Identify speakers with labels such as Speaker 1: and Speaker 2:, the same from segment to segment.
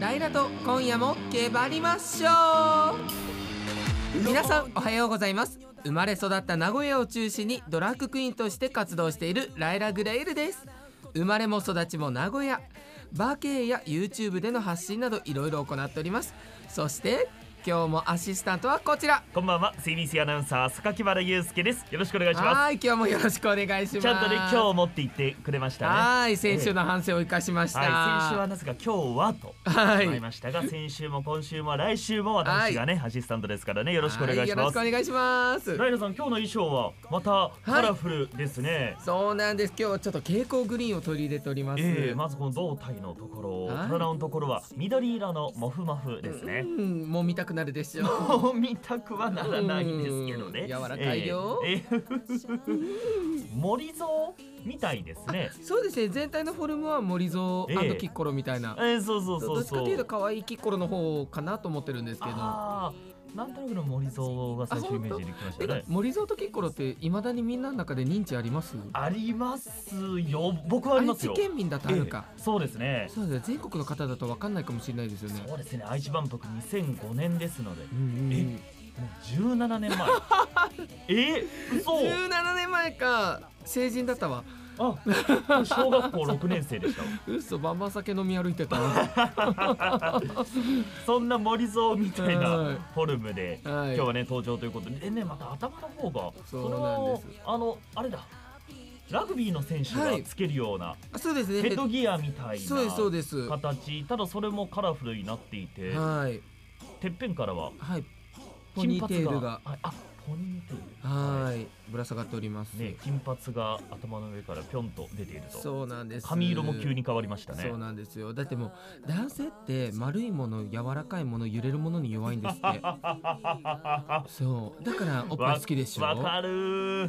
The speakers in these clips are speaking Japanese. Speaker 1: ライラと今夜もけばりましょう皆さんおはようございます生まれ育った名古屋を中心にドラッグクイーンとして活動しているライラグレイルです生まれも育ちも名古屋バケーや YouTube での発信などいろいろ行っておりますそして今日もアシスタントはこちら
Speaker 2: こんばんは、CBC アナウンサー榊原祐介です。よろしくお願いしま
Speaker 1: はい今日もよろしくお願いします
Speaker 2: す。ちゃんとね、今日持って行ってくれましたね。
Speaker 1: はい先週の反省を生かしました、
Speaker 2: はい、先週はなぜか今日はと
Speaker 1: はい
Speaker 2: 言いましたが、先週も今週も来週も私がね、アシスタントですからね、よろしくお願いし
Speaker 1: はよろ
Speaker 2: ま
Speaker 1: し
Speaker 2: す。
Speaker 1: くお願いします
Speaker 2: ライラさん、今日の衣装はまたカラフルですね。
Speaker 1: そうなんです今日ちょっと蛍光グリーンを取り入れております、
Speaker 2: ええまずこの胴体のところ、
Speaker 1: はい
Speaker 2: 体のところは緑色のモフモフです
Speaker 1: う
Speaker 2: ね。
Speaker 1: んもう見たくなるでしょう
Speaker 2: もう見たくはならないですけど
Speaker 1: う
Speaker 2: ね。
Speaker 1: ん柔らかいよ
Speaker 2: ええ ええ森蔵みたいですね。
Speaker 1: そうですね全体のフォルムは森蔵
Speaker 2: ええ
Speaker 1: キッコロみたいな、
Speaker 2: えー、そうそうそ
Speaker 1: ど
Speaker 2: う
Speaker 1: っちか
Speaker 2: そう。
Speaker 1: というと可愛いキッコロの方かなと思ってるんですけど
Speaker 2: ああ、なんとなくの森蔵が最初イメージできました
Speaker 1: てか
Speaker 2: ね。
Speaker 1: 森蔵とキッコロっていまだにみんなの中で認知あります
Speaker 2: ありますよ。僕はありますよ。
Speaker 1: 愛知県民だとあるか、
Speaker 2: ええそうですね。
Speaker 1: そうですね全国の方だと分かんないかもしれないですよね
Speaker 2: そうですね。愛知万博2005年ですので、も
Speaker 1: うんうんうん
Speaker 2: う17年前。 えー、嘘。
Speaker 1: 17年前か成人だったわ
Speaker 2: あ、小学校6年生でしたわ。
Speaker 1: 嘘バンバン酒飲み歩いてた
Speaker 2: そんな森蔵みた
Speaker 1: は
Speaker 2: い
Speaker 1: い
Speaker 2: なフォルムで。
Speaker 1: は
Speaker 2: 今
Speaker 1: い
Speaker 2: 日はね登場ということで、でねまた頭の方が
Speaker 1: そう
Speaker 2: れ
Speaker 1: なんで
Speaker 2: は
Speaker 1: す
Speaker 2: あのあれだラグビーの選手がつけるような
Speaker 1: あそうですね
Speaker 2: ヘッドギアみたい
Speaker 1: そうですそう
Speaker 2: な
Speaker 1: ですは
Speaker 2: 形ただそれもカラフルになっていて
Speaker 1: い
Speaker 2: てっぺんからは
Speaker 1: はいポ
Speaker 2: 金
Speaker 1: ニーテ
Speaker 2: 髪
Speaker 1: ール
Speaker 2: が
Speaker 1: が
Speaker 2: ああポニーテール
Speaker 1: はーいぶら下がっております
Speaker 2: ね金髪が頭の上からぴょんと出ていると
Speaker 1: そうなんです
Speaker 2: 髪色も急に変わりましたね
Speaker 1: そうなんですよだってもう男性って丸いもの柔らかいもの揺れるものに弱いんですって そうだからおっぱい好きでしょ
Speaker 2: わわかる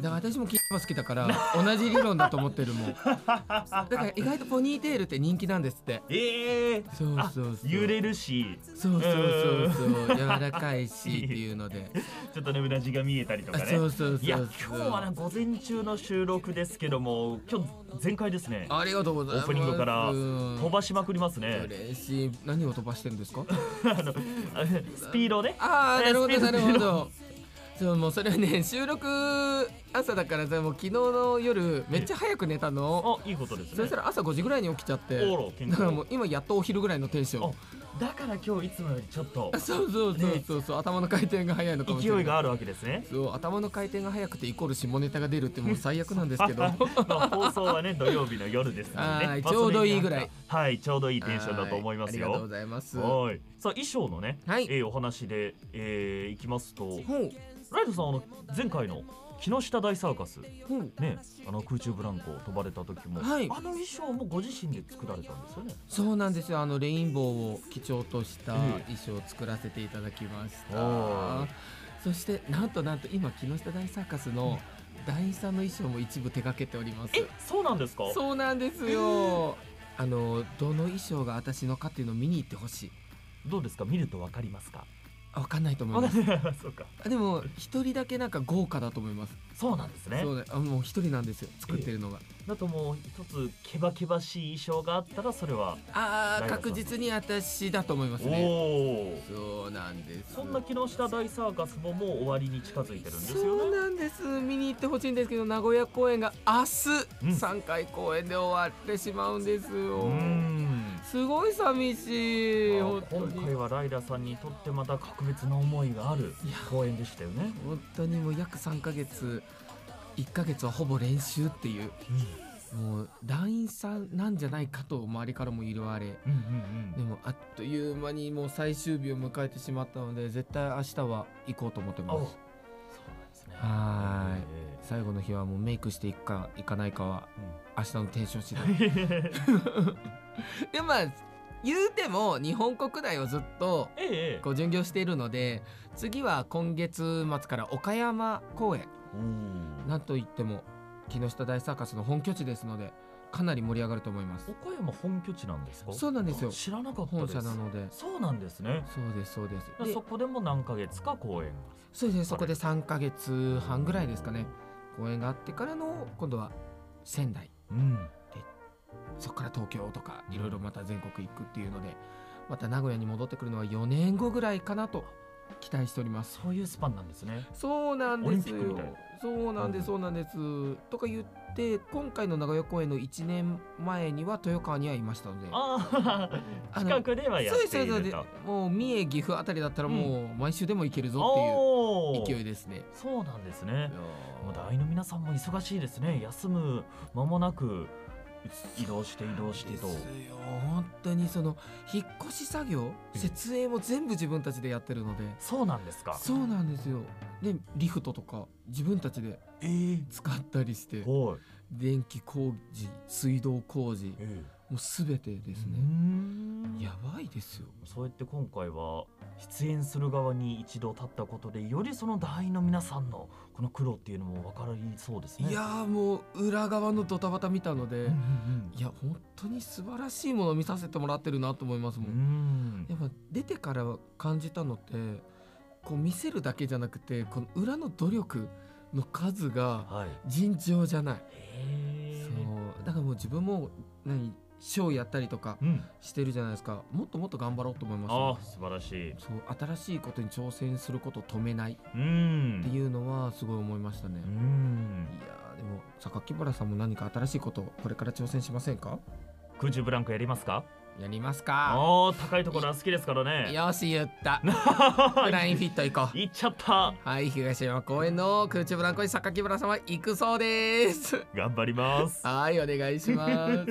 Speaker 1: だ
Speaker 2: ー
Speaker 1: から私もキッパ好きだから同じ理論だと思ってるもんだから意外とポニーテールって人気なんですって
Speaker 2: ええ
Speaker 1: そう
Speaker 2: あ
Speaker 1: そうそう
Speaker 2: 揺れるし
Speaker 1: そうそうそうそう柔らかいしっていうの で
Speaker 2: ちょっとねうなじが見えたりとか
Speaker 1: あ
Speaker 2: ね
Speaker 1: そうそうそうそう
Speaker 2: いや今日はね午前中の収録ですけども今日全開ですね
Speaker 1: ありがとうございます
Speaker 2: オープニングから飛
Speaker 1: 飛
Speaker 2: ばしまくりますね
Speaker 1: 嬉しい何を飛ばしてるん ですか
Speaker 2: あのあスピードね
Speaker 1: ああなるほど
Speaker 2: スピ
Speaker 1: な
Speaker 2: ード
Speaker 1: るほどそうもうそれはね収録朝だからさもう昨日の夜めっちゃ早く寝たの
Speaker 2: あいいことですね
Speaker 1: そしたら朝5時ぐらいに起きちゃって
Speaker 2: おろ健
Speaker 1: だ
Speaker 2: 康
Speaker 1: からもう今やっとお昼ぐらいのテンション
Speaker 2: あだから今日いつもよりちょっと
Speaker 1: あそうそうそうそうそう頭の回転が早いのかもしれない
Speaker 2: 勢いがあるわけですね
Speaker 1: そう頭の回転が速くてイコール下ネタが出るってもう最悪なんですけど
Speaker 2: ま あ放送はね土曜日の夜ですの で、
Speaker 1: は
Speaker 2: ね
Speaker 1: い
Speaker 2: まあ
Speaker 1: ちょうど
Speaker 2: それに
Speaker 1: いいぐらい
Speaker 2: はいちょうどいいテンションだと思います
Speaker 1: はありがとうご
Speaker 2: よ
Speaker 1: ざいますは
Speaker 2: はいさあ衣装のね、
Speaker 1: はい
Speaker 2: えーお話で、えーいきますと
Speaker 1: ほう
Speaker 2: ライドさんあの前回の木下大サーカス
Speaker 1: ほう
Speaker 2: ねあの空中ブランコを飛ばれた時も、
Speaker 1: はい
Speaker 2: あの衣装もご自身で作られたんですよね
Speaker 1: そうなんですよあのレインボーを基調とした
Speaker 2: え
Speaker 1: 衣装を作らせていただきました、
Speaker 2: おー
Speaker 1: そしてなんとなんと今木下大サーカスの団員さんの衣装も一部手掛けております
Speaker 2: えそうなんですか
Speaker 1: そうなんですよ、あのどの衣装が私のかっていうのを見に行ってほしい
Speaker 2: どうですか見るとわかりますか
Speaker 1: あわかんないと思
Speaker 2: わ
Speaker 1: い
Speaker 2: か
Speaker 1: ます
Speaker 2: んないそ うか
Speaker 1: あでも一人だけなんか豪華だと思います
Speaker 2: そうなんですね
Speaker 1: そうねあもう一人なんですよ作ってるのが、
Speaker 2: だともう一つけばけばしい衣装があったらそれは
Speaker 1: ああ
Speaker 2: ライバルさ
Speaker 1: 確
Speaker 2: ん
Speaker 1: 実に私だと思います
Speaker 2: お
Speaker 1: ね
Speaker 2: お
Speaker 1: そうなんです
Speaker 2: そんな木下大サーカスももう終わりに近づいてるんです
Speaker 1: そう
Speaker 2: よね
Speaker 1: なんです見に行ってほしいんですけど名古屋公演が明
Speaker 2: うん
Speaker 1: 日、三3回公演で終わってしまうんです
Speaker 2: う
Speaker 1: よ、
Speaker 2: ーん
Speaker 1: すごい寂しい
Speaker 2: まあ
Speaker 1: 本当
Speaker 2: 今回
Speaker 1: に
Speaker 2: はライラさんにとってまた格別な思いがある
Speaker 1: いや
Speaker 2: 公演でしたよね、
Speaker 1: 本当にもう約3ヶ月1ヶ月はほぼ練習っていうもう団員さんなんじゃないかと周りからも言われ
Speaker 2: うん、うんう
Speaker 1: で
Speaker 2: ん
Speaker 1: もあっという間にもう最終日を迎えてしまったので絶対明日は行こうと思って
Speaker 2: お
Speaker 1: ま
Speaker 2: そう
Speaker 1: す
Speaker 2: なんですね
Speaker 1: はーい
Speaker 2: えー
Speaker 1: 最後の日はもうメイクしていくかいかないかは明日のテンション次第でまあ言うても日本国内をずっと
Speaker 2: ええ
Speaker 1: こう巡業しているので次は今月末から岡山公演
Speaker 2: うん
Speaker 1: なんといっても木下大サーカスの本拠地ですのでかなり盛り上がると思います
Speaker 2: 岡山本拠地なんですか
Speaker 1: そうなんですよ
Speaker 2: 知らなかった
Speaker 1: 本
Speaker 2: です
Speaker 1: 社なので
Speaker 2: そうなんですね
Speaker 1: そうですそうですで
Speaker 2: そこでも何ヶ月か公演
Speaker 1: そうですねそこで3ヶ月半ぐらいですかね公演があってからの今度は仙台
Speaker 2: うん
Speaker 1: そこから東京とかいろいろまた全国行くっていうのでまた名古屋に戻ってくるのは4年後ぐらいかなと期待しております
Speaker 2: そういうスパンなんですね
Speaker 1: そうなん
Speaker 2: オ
Speaker 1: で
Speaker 2: リン
Speaker 1: す
Speaker 2: ピ
Speaker 1: よ
Speaker 2: ックみたいな。
Speaker 1: そうなんで
Speaker 2: うん
Speaker 1: す、そうなんです。とか言って、今回の名古屋公演の1年前には豊川にはいましたので。
Speaker 2: ああ
Speaker 1: あの
Speaker 2: 近くではや
Speaker 1: そう
Speaker 2: っ
Speaker 1: です、そ
Speaker 2: て
Speaker 1: う
Speaker 2: いると
Speaker 1: です。もう三重、岐阜あたりだったら、もう毎週でも行けるぞ
Speaker 2: お
Speaker 1: っていう
Speaker 2: ー
Speaker 1: 勢いですね。
Speaker 2: そうなんですね
Speaker 1: いや
Speaker 2: もう団員の皆さんも忙しいですね休む間もなく移動して移動して
Speaker 1: です
Speaker 2: と
Speaker 1: よ本当にその引っ越し作業
Speaker 2: ええ
Speaker 1: 設営も全部自分たちでやってるので
Speaker 2: そうなんですか
Speaker 1: そうなんですよでリフトとか自分たちで
Speaker 2: えー、
Speaker 1: 使ったりして
Speaker 2: おい、
Speaker 1: 電気工事水道工事
Speaker 2: え
Speaker 1: もう全てですね、
Speaker 2: ね
Speaker 1: やばいですよ。
Speaker 2: そうやって今回は出演する側に一度立ったことでよりその団員の皆さんのこの苦労っていうのも分かりそうですね
Speaker 1: いやーもう裏側のドタバタ見たので、
Speaker 2: うん
Speaker 1: いや本当に素晴らしいものを見させてもらってるなと思います
Speaker 2: うん
Speaker 1: も。
Speaker 2: うんん
Speaker 1: やっぱ出てから感じたのってこう見せるだけじゃなくてこの裏の努力の数が
Speaker 2: はい
Speaker 1: 尋常じゃない。
Speaker 2: へ
Speaker 1: そ
Speaker 2: ー
Speaker 1: うだからもう自分も何ショーやったりとか
Speaker 2: うん
Speaker 1: してるじゃないですかもっともっと頑張ろうと思いま
Speaker 2: あ
Speaker 1: し
Speaker 2: あ素晴らしい
Speaker 1: たそう新しいことに挑戦することを止めないっ
Speaker 2: う
Speaker 1: て
Speaker 2: ん
Speaker 1: いうのはすごい思いましたね。
Speaker 2: うん
Speaker 1: いやーでも榊原さんも何か新しいことをこれから挑戦しませんか
Speaker 2: 空中ブランコやりますか
Speaker 1: やります
Speaker 2: あ
Speaker 1: か
Speaker 2: あ高いところは好きですからね
Speaker 1: よし言ったブラインフィット行こう
Speaker 2: 行っちゃった
Speaker 1: はい東山公園の空中ブランコに榊原様行くそう です
Speaker 2: 頑張ります
Speaker 1: はいお願いします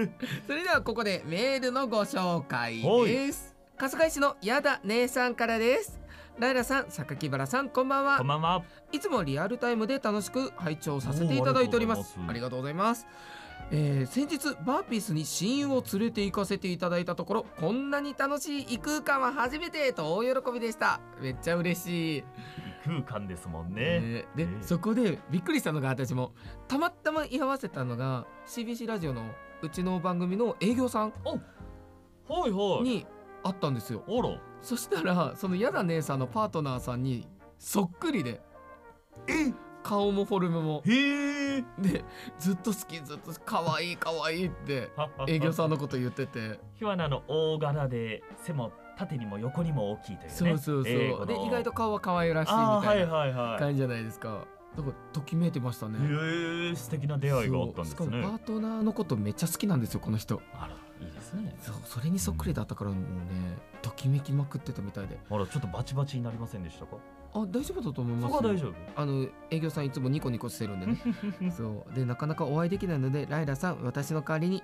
Speaker 1: それではここでメールのご紹介です春日井市のやだ姉さんからですライラさん榊原さんこんばんは
Speaker 2: こんばんは。
Speaker 1: いつもリアルタイムで楽しく拝聴させていただいております
Speaker 2: おー
Speaker 1: あ
Speaker 2: あ
Speaker 1: り
Speaker 2: り
Speaker 1: がとうございますえー先日バーピースに親友を連れて行かせていただいたところこんなに楽しい異空間は初めてと大喜びでしためっちゃ嬉しい、
Speaker 2: 異空間ですもんね。
Speaker 1: えーで、
Speaker 2: ね
Speaker 1: そこでびっくりしたのが私もたまたま居合わせたのが CBC ラジオのうちの番組の営業さん
Speaker 2: はいはい。
Speaker 1: に会ったんですよ
Speaker 2: あら。
Speaker 1: そしたらそのやだ姉さんのパートナーさんにそっくりで顔もフォルムも
Speaker 2: へえ。
Speaker 1: でずっと好きずっと可愛い可愛いって営業さんのこと言ってて
Speaker 2: ヒワナの大柄で背も縦にも横にも大きいというね。
Speaker 1: そうそうそう、
Speaker 2: えーこの
Speaker 1: で意外と顔は可愛らしいみ
Speaker 2: あーは
Speaker 1: た
Speaker 2: い
Speaker 1: いな
Speaker 2: はいはい。
Speaker 1: 感じじゃないですか、だからときめいてました
Speaker 2: え
Speaker 1: ね
Speaker 2: ー、素敵な出会いがあった
Speaker 1: そ
Speaker 2: んで
Speaker 1: う
Speaker 2: す
Speaker 1: しかもパ
Speaker 2: ね
Speaker 1: ー。トナーのことめっちゃ好きなんですよこの人
Speaker 2: あらいいですね。
Speaker 1: そうそれにそっくりだったからもうねときめきまくってたみたいで
Speaker 2: あらちょっとバチバチになりませんでしたか。
Speaker 1: あ大丈夫だと思いま
Speaker 2: そ
Speaker 1: す
Speaker 2: こは大丈夫。
Speaker 1: あの営業さんいつもニコニコしてるんでねそうでなかなかお会いできないのでライラさん私の代わりに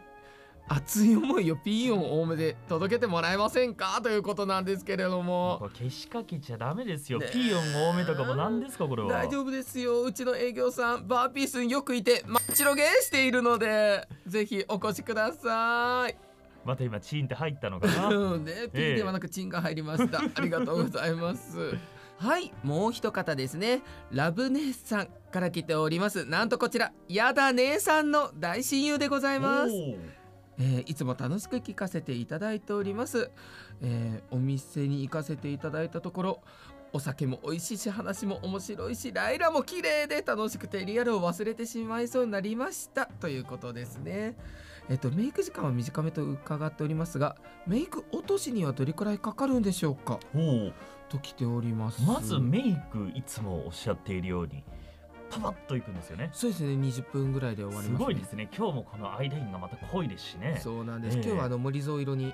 Speaker 1: 熱い思いをピー音多めで届けてもらえませんかということなんですけれど
Speaker 2: こ
Speaker 1: も
Speaker 2: れ消しかけちゃダメですよ。
Speaker 1: ねえ
Speaker 2: ピー音多めとかもなんですかこれは。
Speaker 1: 大丈夫ですようちの営業さんバーピースによくいてマッチロゲーしているのでぜひお越しください
Speaker 2: また今チーンって入ったのかな。
Speaker 1: うんね、ピンではなくチンが入りました。ありがとうございます。はい、もう一方ですね。ラブ姉さんから来ております。なんとこちら、やだ姉さんの大親友でございます。
Speaker 2: おー
Speaker 1: えーいつも楽しく聞かせていただいております、えーお店に行かせていただいたところお酒も美味しいし話も面白いしライラも綺麗で楽しくてリアルを忘れてしまいそうになりましたということですねえっ、とメイク時間は短めと伺っておりますがメイク落としにはどれくらいかかるんでしょうか
Speaker 2: おー。
Speaker 1: と来ております
Speaker 2: まずメイクいつもおっしゃっているようにパパッといくんですよね
Speaker 1: そうですね20分ぐらいで終わり
Speaker 2: す
Speaker 1: ます
Speaker 2: ごいですね今日もこのアイラインがまた濃いですしね
Speaker 1: そうなんです、
Speaker 2: ええ
Speaker 1: 今日はあの森蔵色に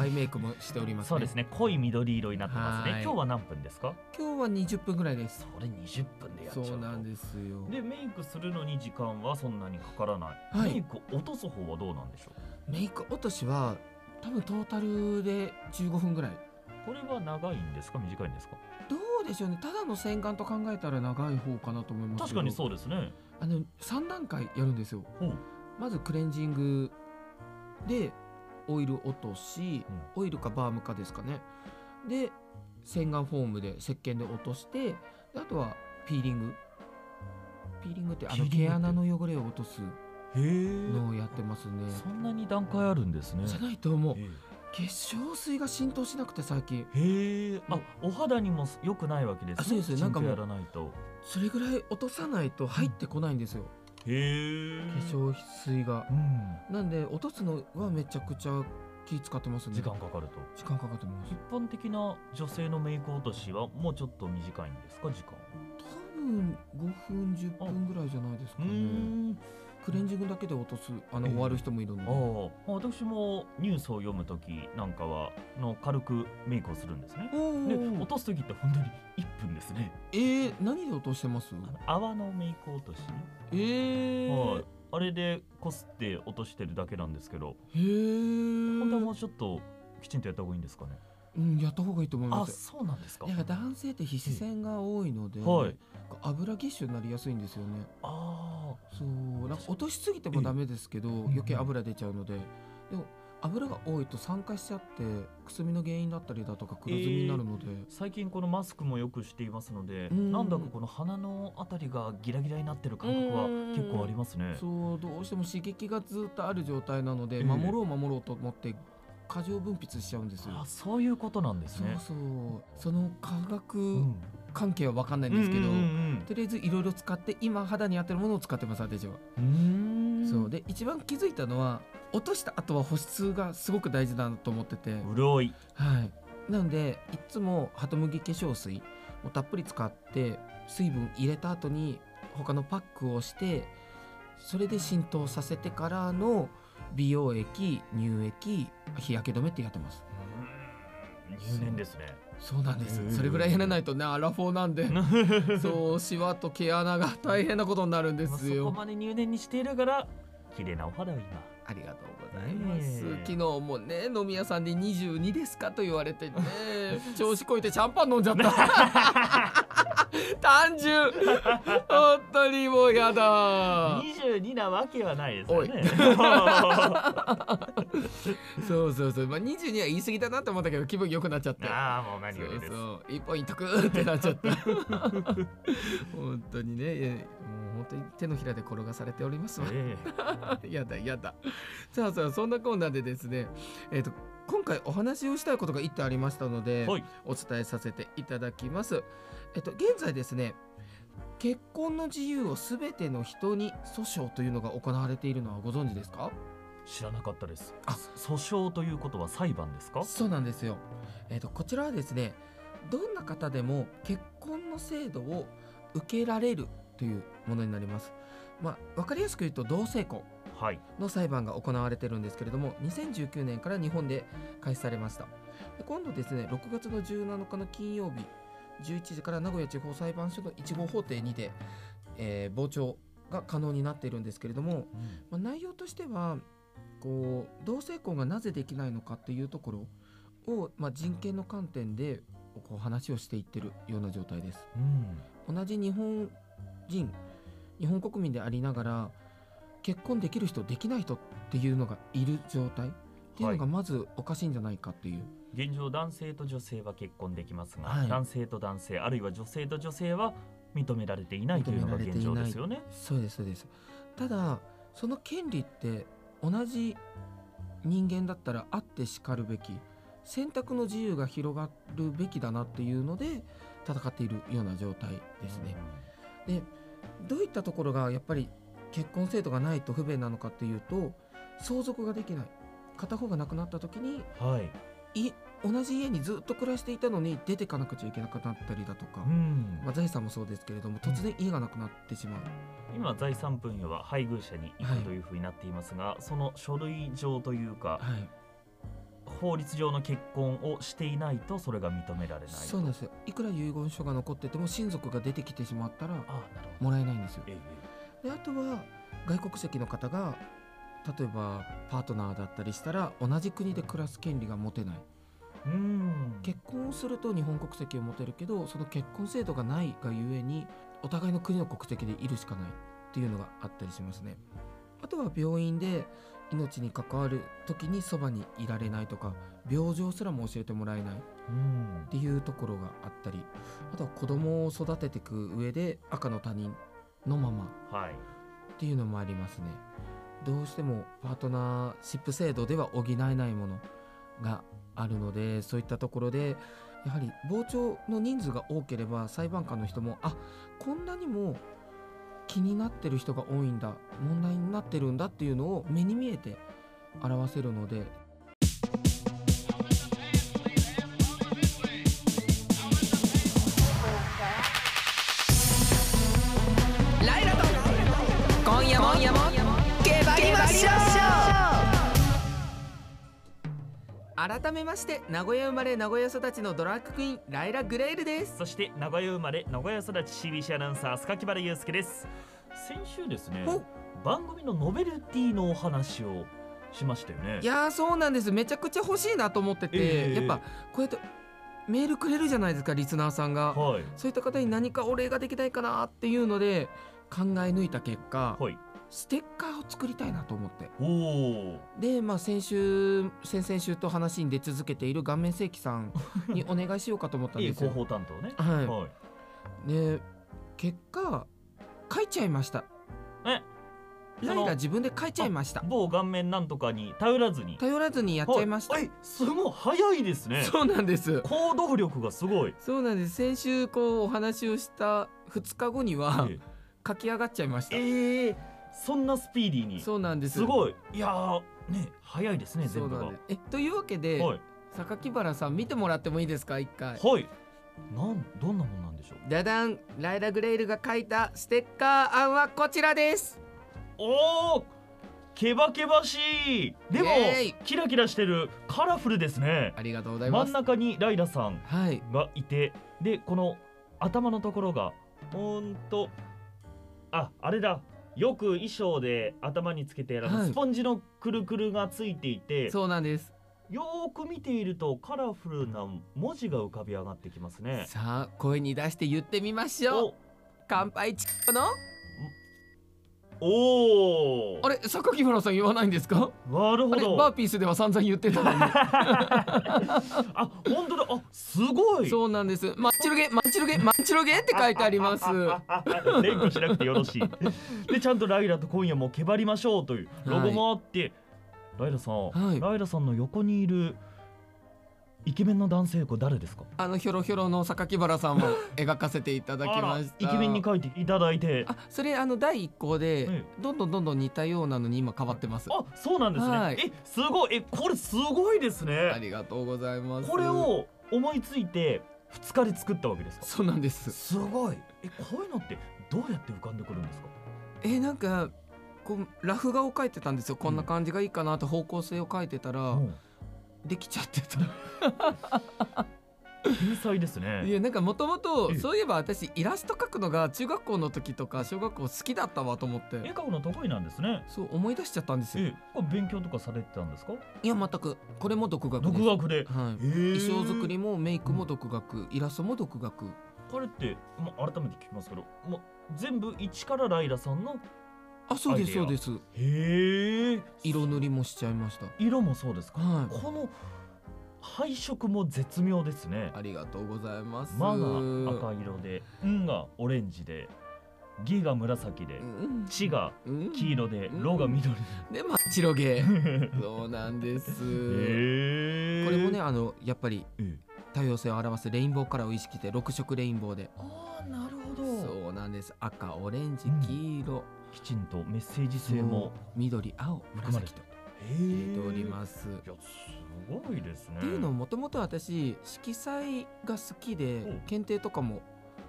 Speaker 1: アイメイクもしております、ね、
Speaker 2: そうですね濃い緑色になってます
Speaker 1: は
Speaker 2: ね
Speaker 1: い
Speaker 2: 今日は何分ですか
Speaker 1: 今日は20分ぐらいです
Speaker 2: それ20分でやっちゃ
Speaker 1: そううなん
Speaker 2: す
Speaker 1: ですよ
Speaker 2: でメイクするのに時間はそんなにかからない、
Speaker 1: はい
Speaker 2: メイク落とす方はどうなんでしょう
Speaker 1: メイク落としは多分トータルで15分ぐらい
Speaker 2: これは長いんですか短いんですか
Speaker 1: どうでしょうねただの洗顔と考えたら長い方かなと思いますけ
Speaker 2: 確
Speaker 1: ど
Speaker 2: かに
Speaker 1: う
Speaker 2: そうですね
Speaker 1: あの3段階やるんですよ
Speaker 2: ほう
Speaker 1: まずクレンジングでオイル落とし、オイルかバームかですかねで洗顔フォームで石鹸で落としてであとはピーリングピーリングってあの
Speaker 2: ピーリングって
Speaker 1: 毛穴の汚れを落とす
Speaker 2: へ
Speaker 1: の
Speaker 2: え
Speaker 1: をやってますね
Speaker 2: そんなに段階あるんですね
Speaker 1: じゃないと思う
Speaker 2: え
Speaker 1: 化粧水が浸透しなくて最近
Speaker 2: えへえあお肌にも良くないわけですね
Speaker 1: あそうですねなんかもう
Speaker 2: シンクやらないと
Speaker 1: それぐらい落とさないと入ってこないんですよ、
Speaker 2: へえ
Speaker 1: 化粧水が
Speaker 2: うん
Speaker 1: なんで落とすのはめちゃくちゃ気使ってますね
Speaker 2: 時間かかると
Speaker 1: 時間かかってます
Speaker 2: 一般的な女性のメイク落としはもうちょっと短いんですか時間
Speaker 1: 多分5分10分ぐらいじゃないですか
Speaker 2: う
Speaker 1: ね
Speaker 2: ん
Speaker 1: クレンジングだけで落とすあの
Speaker 2: ええ
Speaker 1: 終わる人もいるの
Speaker 2: あ
Speaker 1: で、
Speaker 2: ーまあ私もニュースを読む時なんかはの軽くメイクをするんですね
Speaker 1: おー
Speaker 2: で落とす時って本当に1分ですね
Speaker 1: えー、何で落としてます
Speaker 2: あの泡のメイク落とし、
Speaker 1: えー、
Speaker 2: はいあれでこすって落としてるだけなんですけど
Speaker 1: へー
Speaker 2: 本当はもうちょっときちんとやった方がいいんですかね
Speaker 1: うん、やった方がいいと思いま
Speaker 2: あ
Speaker 1: す
Speaker 2: そうなんですか
Speaker 1: いや男性って皮脂腺が多いので、
Speaker 2: はい
Speaker 1: 油ぎっしゅになりやすいんですよね
Speaker 2: あ
Speaker 1: そうなんか落としすぎてもダメですけど
Speaker 2: ん
Speaker 1: 余計油出ちゃうのででも油が多いと酸化しちゃってくすみの原因だったりだとか黒ずみになるので、
Speaker 2: 最近このマスクもよくしていますので、
Speaker 1: うん
Speaker 2: なんだかこの鼻のあたりがギラギラになってる感覚は結構ありますね。
Speaker 1: そうどうしても刺激がずっとある状態なので、
Speaker 2: ええ
Speaker 1: 守ろう守ろうと思って過剰分泌しちゃうんですよ
Speaker 2: あ、。そういうことなんです
Speaker 1: そう
Speaker 2: ね。
Speaker 1: そうその化
Speaker 2: う
Speaker 1: 学
Speaker 2: ん
Speaker 1: 関係は分かんないんですけど、
Speaker 2: うんうん
Speaker 1: とりあえずいろいろ使って今肌に合ってるものを使ってます私は。
Speaker 2: うん、うん
Speaker 1: そうで一番気づいたのは落とした後は保湿がすごく大事だなと思ってて、
Speaker 2: 潤い。
Speaker 1: はい、なのでいつもハトムギ化粧水をたっぷり使って水分入れた後に他のパックをしてそれで浸透させてからの美容液乳液日焼け止めってやってます
Speaker 2: 入念ですね。
Speaker 1: そうなんです、
Speaker 2: へえ
Speaker 1: それぐらいやらないとねアラフォーなんでそうシワと毛穴が大変なことになるんで
Speaker 2: まあ
Speaker 1: す
Speaker 2: そこ
Speaker 1: よ
Speaker 2: まで入念にしているから綺麗なお肌を今。
Speaker 1: ありがとうございます。
Speaker 2: ねえ
Speaker 1: 昨日もね、飲み屋さんで22ですかと言われ てね、調子こいてシャンパン飲んじゃった。 単純。本当にもうやだ。
Speaker 2: 22なわけはないですよね。
Speaker 1: そうそうそう。まあ22は言い過ぎだなって思ったけど気分良くなっちゃって。
Speaker 2: ああもう何
Speaker 1: そ
Speaker 2: より
Speaker 1: う
Speaker 2: です。
Speaker 1: そう。一本一得ってなっちゃった。 本当にね、いやもう本当に手のひらで転がされておりますわ。
Speaker 2: え
Speaker 1: やだやだ。さあさあそんなコーナーでですね、えっ、と今回お話をしたいことが一点ありましたの
Speaker 2: え
Speaker 1: で、
Speaker 2: はい。
Speaker 1: お伝えさせていただきます。えっ、と現在ですね、結婚の自由をすべての人に訴訟というのが行われているのはご存知ですか？
Speaker 2: 知らなかったです。
Speaker 1: あ
Speaker 2: 訴訟ということは裁判ですか？
Speaker 1: そうなんですよ。えっ、とこちらはですね、どんな方でも結婚の制度を受けられるというものになります。まあわかりやすく言うと同性婚。
Speaker 2: はい。
Speaker 1: の裁判が行われてるんですけれども2019年から日本で開始されましたで今度ですね6月の17日の金曜日11時から名古屋地方裁判所の1号法廷にて、えー傍聴が可能になっているんですけれども、まあ、内容としてはこう同性婚がなぜできないのかっていうところを、まあ、人権の観点でこう話をしていってるような状態です。
Speaker 2: うん。
Speaker 1: 同じ日本人日本国民でありながら結婚できる人できない人っていうのがいる状態っていうのがまずおかしいんじゃないかっていう、
Speaker 2: 現状男性と女性は結婚できますが、
Speaker 1: はい
Speaker 2: 男性と男性あるいは女性と女性は認められていないというのが現状ですよね。
Speaker 1: そうですそうですただその権利って同じ人間だったらあってしかるべき選択の自由が広がるべきだなっていうので戦っているような状態ですね。でどういったところがやっぱり結婚制度がないと不便なのかっていうと相続ができない片方が亡くなった時に
Speaker 2: うんはい。
Speaker 1: い同じ家にずっと暮らしていたのに出てかなくちゃいけなくなったりだとか、
Speaker 2: うん
Speaker 1: まあ、財産もそうですけれども突然家がなくなってしまう、
Speaker 2: 今財産分与は配偶者に行くというふうになっていますが、その書類上というか
Speaker 1: はい、
Speaker 2: 法律上の結婚をしていないとそれが認められない。
Speaker 1: そうなんですよいくら遺言書が残ってても親族が出てきてしまったら
Speaker 2: ああなるほ
Speaker 1: も
Speaker 2: ど。
Speaker 1: らえないんですよ
Speaker 2: ええ
Speaker 1: であとは外国籍の方が例えばパートナーだったりしたら同じ国で暮らす権利が持てない
Speaker 2: ええうん。
Speaker 1: 結婚をすると日本国籍を持てるけどその結婚制度がないがゆえにお互いの国の国籍でいるしかないっていうのがあったりしますね。あとは病院で命に関わる時にそばにいられないとか病状すらも教えてもらえないっ
Speaker 2: うん。
Speaker 1: ていうところがあったりあとは子供を育てていく上で赤の他人のまま
Speaker 2: はい。
Speaker 1: っていうのもありますねどうしてもパートナーシップ制度では補えないものがあるのでそういったところでやはり傍聴の人数が多ければ裁判官の人もあこんなにも気になってる人が多いんだ問題になってるんだっていうのを目に見えて表せるので改めまして名古屋生まれ名古屋育ちのドラッグクイーンライラ・グレイルです
Speaker 2: そして名古屋生まれ名古屋育ち CBC アナウンサー榊原祐介です先週ですね
Speaker 1: ほう
Speaker 2: 番組のノベルティのお話をしましたよね
Speaker 1: いやーそうなんですめちゃくちゃ欲しいなと思ってて、
Speaker 2: ええ
Speaker 1: やっぱこうやってメールくれるじゃないですかリスナーさんが、
Speaker 2: はい
Speaker 1: そういった方に何かお礼ができないかなっていうので考え抜いた結果、
Speaker 2: はい
Speaker 1: ステッカーを作りたいなと思って
Speaker 2: おお
Speaker 1: で、まあ、先週先々週と話に出続けている顔面正規さん にお願いしようかと思ったん
Speaker 2: いい
Speaker 1: です
Speaker 2: 広
Speaker 1: よ。
Speaker 2: 報担当ね
Speaker 1: は
Speaker 2: はい
Speaker 1: い、で結果書いちゃいました。
Speaker 2: え
Speaker 1: ライラ自分で書いちゃいました。
Speaker 2: 某顔面なんとかに頼らずに
Speaker 1: 頼らずにやっちゃいました。
Speaker 2: はえすごい早いですね
Speaker 1: そうなんです。
Speaker 2: 行動力がすごい
Speaker 1: そうなんです先週こうお話をした2日後には
Speaker 2: え
Speaker 1: 書き上がっちゃいました、
Speaker 2: ええーそんなスピーディーに
Speaker 1: そうなんです
Speaker 2: すごいいやーね早いですね
Speaker 1: そ
Speaker 2: 全
Speaker 1: う
Speaker 2: 部
Speaker 1: なん
Speaker 2: がは
Speaker 1: ですえというわけで、
Speaker 2: いはい
Speaker 1: 榊原さん見てもらってもいいですか一回
Speaker 2: なんどんなもんなんでしょう
Speaker 1: ダダンライラ・グレイルが書いたステッカー案はこちらです
Speaker 2: おおケバケバしいでも
Speaker 1: イエーイ
Speaker 2: キラキラしてるカラフルですね
Speaker 1: ありがとうござい
Speaker 2: 真
Speaker 1: ま
Speaker 2: ん
Speaker 1: す
Speaker 2: 中にライラさん
Speaker 1: はい
Speaker 2: がいてでこの頭のところがほんとああれだよく衣装で頭につけてやる、
Speaker 1: はい
Speaker 2: スポンジのくるくるがついていて
Speaker 1: そうなんです、
Speaker 2: よーく見ているとカラフルな文字が浮かび上がってきますね。
Speaker 1: さあ声に出して言ってみましょう
Speaker 2: お
Speaker 1: 乾杯チッコの
Speaker 2: おー
Speaker 1: あれ榊原さん言わないんですか
Speaker 2: なるほ
Speaker 1: あれ
Speaker 2: ど
Speaker 1: バーピースでは散々言ってたのに
Speaker 2: あ本当だあすごい
Speaker 1: そうなんですマンチロゲマンチロゲマンチロゲって書いてあります
Speaker 2: 連呼しなくてよろしいでちゃんとライラと今夜もけばりましょうというロゴもあって、ライラさん、
Speaker 1: はい
Speaker 2: ライラさんの横にいるイケメンの男性これ誰ですか
Speaker 1: あのヒョロヒョロの榊原さんも描かせていただきました。
Speaker 2: あらイケメンに書いていただいて
Speaker 1: あ、それあの第一項で、
Speaker 2: え
Speaker 1: どんどんどんどん似たようなのに今変わってます。あ
Speaker 2: あそうなんですね、
Speaker 1: はい
Speaker 2: えすごいえこれすごいですね
Speaker 1: りがとうございます。
Speaker 2: これを思いついて2日で作ったわけですか
Speaker 1: そうなんです。
Speaker 2: すごいえこういうのってどうやって浮かんでくるんですか
Speaker 1: えーなんかこうラフ画を描いてたんですよ。こんな感じがいいかなって方向性を描いてたら、
Speaker 2: もう
Speaker 1: できちゃってた。
Speaker 2: 天才です
Speaker 1: い
Speaker 2: ね
Speaker 1: やなんかもともと
Speaker 2: ええ
Speaker 1: そういえば私イラスト描くのが中学校の時とか小学校好きだったわと思って
Speaker 2: 絵。描くの得意なんですね
Speaker 1: そう思い出しちゃったんですよ。
Speaker 2: えこれ勉強とかされてたんですか
Speaker 1: いや全くこれも独学です。
Speaker 2: 独学で
Speaker 1: はい。
Speaker 2: 衣
Speaker 1: 衣装作りもメイクも独学イラストも独学
Speaker 2: これって、まあ、改めて聞きますけど、まあ、全部一からライラさんの
Speaker 1: あそうです
Speaker 2: ア
Speaker 1: そ
Speaker 2: イ
Speaker 1: う
Speaker 2: デ
Speaker 1: で
Speaker 2: ア
Speaker 1: す
Speaker 2: へえ
Speaker 1: 色塗りもしちゃいました
Speaker 2: 色もそうですか、
Speaker 1: はい
Speaker 2: この配色も絶妙ですね
Speaker 1: ありがとうございます
Speaker 2: マが赤色で「ん」がオレンジで「ぎ」が紫で
Speaker 1: うん
Speaker 2: 「ち」が
Speaker 1: うん
Speaker 2: 黄色で「
Speaker 1: うん
Speaker 2: ろ」が緑
Speaker 1: でまあ白毛
Speaker 2: で
Speaker 1: そうなんです
Speaker 2: へえ
Speaker 1: これもねあのやっぱり
Speaker 2: ええ
Speaker 1: 多様性を表すレインボーカラーを意識して6色レインボーで
Speaker 2: ああなるほど
Speaker 1: そうなんです赤オレンジ
Speaker 2: うん
Speaker 1: 黄色
Speaker 2: きちんとメッセージ性も
Speaker 1: そう緑青
Speaker 2: 含まれ
Speaker 1: 紫
Speaker 2: て
Speaker 1: と
Speaker 2: へえ
Speaker 1: 入れております
Speaker 2: いやすごいですね
Speaker 1: っていうのもともと私色彩が好き
Speaker 2: お
Speaker 1: で検定とかも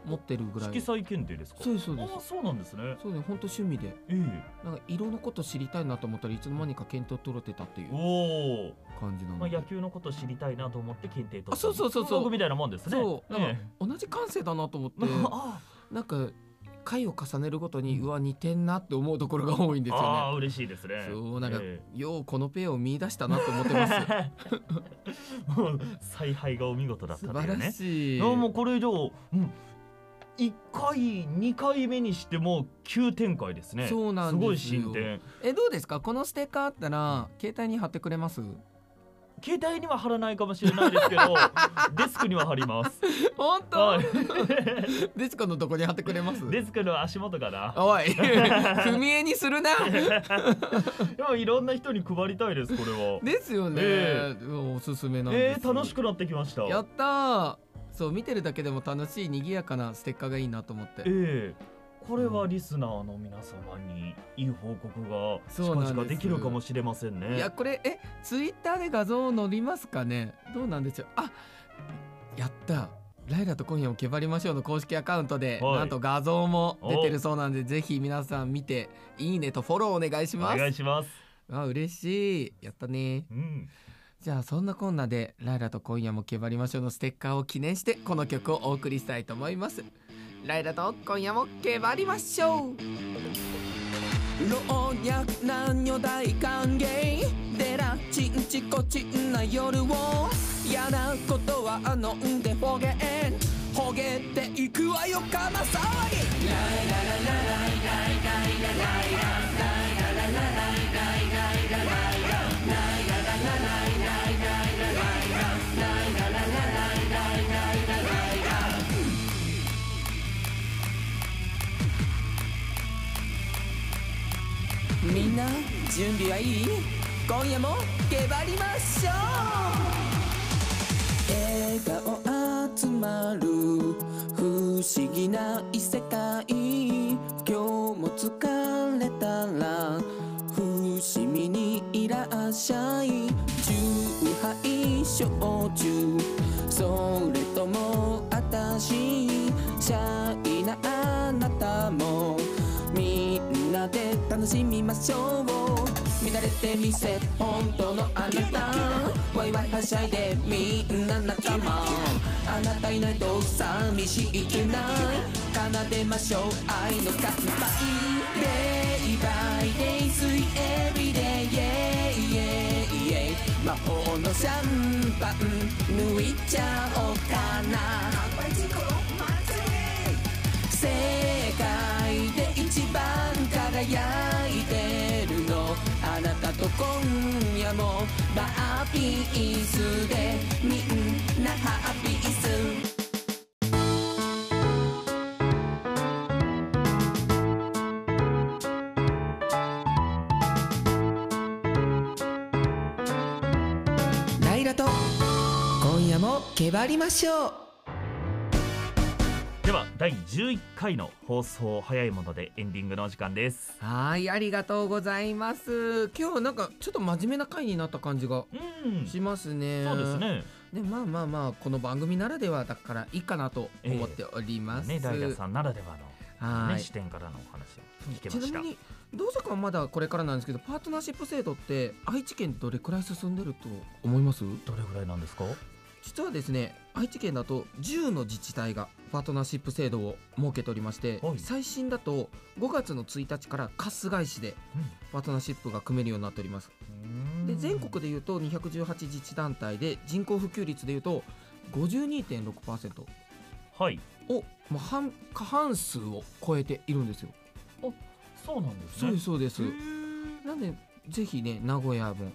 Speaker 1: 持ってるぐらい
Speaker 2: 色彩検定ですか
Speaker 1: そうですそうで
Speaker 2: ああ
Speaker 1: す
Speaker 2: そうなんですね
Speaker 1: そうね本当趣味で
Speaker 2: ええ
Speaker 1: なんか色のこと知りたいなと思ったらいつの間にか検討取れてたっていう
Speaker 2: おお、
Speaker 1: 感じなの
Speaker 2: まあ、
Speaker 1: で、
Speaker 2: 野球のこと知りたいなと思って検定取った
Speaker 1: あそうそうそうそう
Speaker 2: 僕みたいなもんですね
Speaker 1: そうなんか
Speaker 2: え
Speaker 1: 同じ感性だなと思っ
Speaker 2: え
Speaker 1: て
Speaker 2: あ
Speaker 1: なんか回を重ねるごとにうわ似てんなって思うところが多いんです
Speaker 2: あ
Speaker 1: よ
Speaker 2: あ嬉しいです
Speaker 1: ね
Speaker 2: ね
Speaker 1: そうなんか、
Speaker 2: え
Speaker 1: ようこのペアを見出したなと思って ます
Speaker 2: えもう采配がお見事だった
Speaker 1: 素
Speaker 2: とい
Speaker 1: 晴
Speaker 2: う
Speaker 1: ら
Speaker 2: ね
Speaker 1: しい
Speaker 2: いやもうこれ以上、うん、1回2回目にしてもう急展開ですね
Speaker 1: そうなんですよ
Speaker 2: すごい進展
Speaker 1: えどうですかこのステッカーあったら携帯に貼ってくれ ます
Speaker 2: 携帯には貼らないかもしれな いですけどデスクには貼ります
Speaker 1: 本当、
Speaker 2: はい
Speaker 1: デスコのどこに貼ってくれます
Speaker 2: デスクの足元かな
Speaker 1: おい踏み絵にするな
Speaker 2: でもいろんな人に配りたいですこれは。
Speaker 1: ですよね、
Speaker 2: え
Speaker 1: おすすめなん
Speaker 2: え
Speaker 1: です、
Speaker 2: ー、楽しくなってきました。
Speaker 1: やったーそう見てるだけでも楽しい賑やかなステッカーがいいなと思って
Speaker 2: えー、これはリスナーの皆様にいい報告が
Speaker 1: そうなんです
Speaker 2: 近々できるかもしれません
Speaker 1: い
Speaker 2: ね
Speaker 1: や。これえツイッターで画像載りますかねどうなんでしょうあやったライラと今夜もけばりましょうの公式アカウントで、
Speaker 2: はい
Speaker 1: なんと画像も出てるそうなんでぜひ皆さん見ていいねとフォローお願いし
Speaker 2: お
Speaker 1: ます
Speaker 2: 願いします。
Speaker 1: あ嬉しいやったね
Speaker 2: うん。
Speaker 1: じゃあそんなこんなで「ライラと今夜もけばりましょう」のステッカーを記念してこの曲をお送りしたいと思います。ライラと今夜もけばりましょう老若男女大歓迎でらちんちこちんな夜を嫌なことは飲んでほげんほげていくわよかな騒ぎみんな準備はいい今夜もけばりましょう笑顔集まる不思議な異世界今日も疲れたら不死身にいらっしゃい酎ハイ焼酎それともあたしシャイなあなたもみんなで楽しみましょう乱れてみせ本当のあなたワイワイはしゃいでみんな仲間あなたいないと寂しいけない奏でましょう愛の乾杯 Day by day, sweet every day, yeah, yeah, yeah 魔法のシャンパン抜いちゃおうかな世界で一番輝いてるのあなたと今夜もバーピースでみんなハッピースライラと今夜もけばりましょう
Speaker 2: では第11回の放送早いものでエンディングのお時間です
Speaker 1: はいありがとうございます今日はなんかちょっと真面目な回になった感じが
Speaker 2: うん
Speaker 1: しますね、
Speaker 2: そうですね
Speaker 1: でまあまあまあこの番組ならではだからいいかなと思っております。
Speaker 2: ねライラさんならではの、
Speaker 1: はい
Speaker 2: ね、視点からのお話を聞け
Speaker 1: ち
Speaker 2: まし
Speaker 1: な
Speaker 2: た
Speaker 1: みに同作はまだこれからなんですけどパートナーシップ制度って愛知県どれくらい進んでると思います
Speaker 2: どれぐらいなんですか
Speaker 1: 実はですね愛知県だと10の自治体がパートナーシップ制度を設けておりまして、
Speaker 2: はい
Speaker 1: 最新だと5月の1日から春日井市でパートナーシップが組めるようになっております。
Speaker 2: うん
Speaker 1: で全国でいうと218自治団体で人口普及率でいうと52.6%。
Speaker 2: はい
Speaker 1: を、まあ、半過半数を超えているんですよ。
Speaker 2: そうなんです
Speaker 1: そう
Speaker 2: ね
Speaker 1: ですそうです。
Speaker 2: へー
Speaker 1: なんでぜひね名古屋も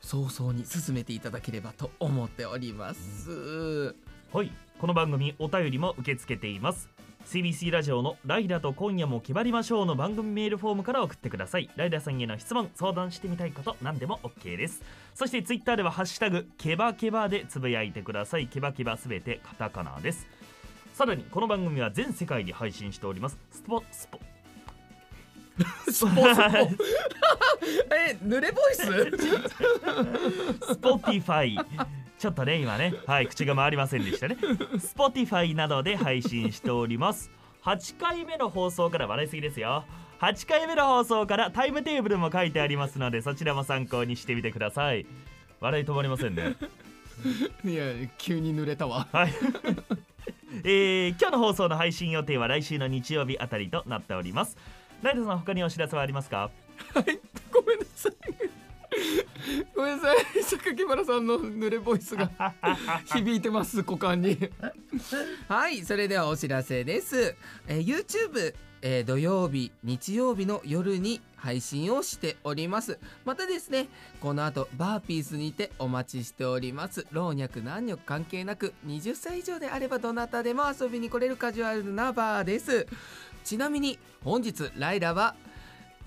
Speaker 1: 早々に進めていただければと思っております。
Speaker 2: はい、この番組お便りも受け付けています CBC ラジオの「ライダと今夜も決まりましょう」の番組メールフォームから送ってくださいライダさんへの質問相談してみたいこと何でも OK ですそして Twitter では「ハッシュタグケバケバ」でつぶやいてくださいケバケバすべてカタカナですさらにこの番組は全世界で配信しておりますスポス ポ
Speaker 1: スポスポえ濡れボイス？
Speaker 2: Spotify ちょっとね今ねはい口が回りませんでしたね Spotify などで配信しております8回目の放送から笑いすぎですよ8回目の放送からタイムテーブルも書いてありますのでそちらも参考にしてみてください笑い止まりませんね
Speaker 1: いや急に濡れたわ。
Speaker 2: はいえー今日の放送の配信予定は来週の日曜日あたりとなっておりますライトさん他にお知らせはありますか
Speaker 1: ごめんなさい。ごめんなさい榊原さんの濡れボイスが響いてます股間にはいそれではお知らせです、えー YouTube えー土曜日日曜日の夜に配信をしておりますまたですねこの後バーピースにてお待ちしております老若男女関係なく20歳以上であればどなたでも遊びに来れるカジュアルなバーですちなみに本日ライラは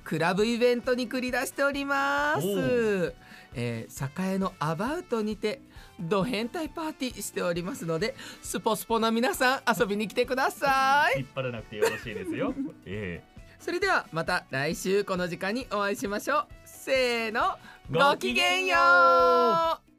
Speaker 1: クラブイベントに繰り出しておりま
Speaker 2: お
Speaker 1: す
Speaker 2: う、
Speaker 1: えー、栄のアバウトにてド変態パーティーしておりますのでスポスポな皆さん遊びに来てください
Speaker 2: 引っ張らなくてよろしいですよ、え
Speaker 1: それではまた来週この時間にお会いしましょうせーの
Speaker 2: ご
Speaker 1: ご
Speaker 2: き
Speaker 1: き
Speaker 2: げ
Speaker 1: げ
Speaker 2: ん
Speaker 1: ん
Speaker 2: よ
Speaker 1: よ
Speaker 2: う
Speaker 1: う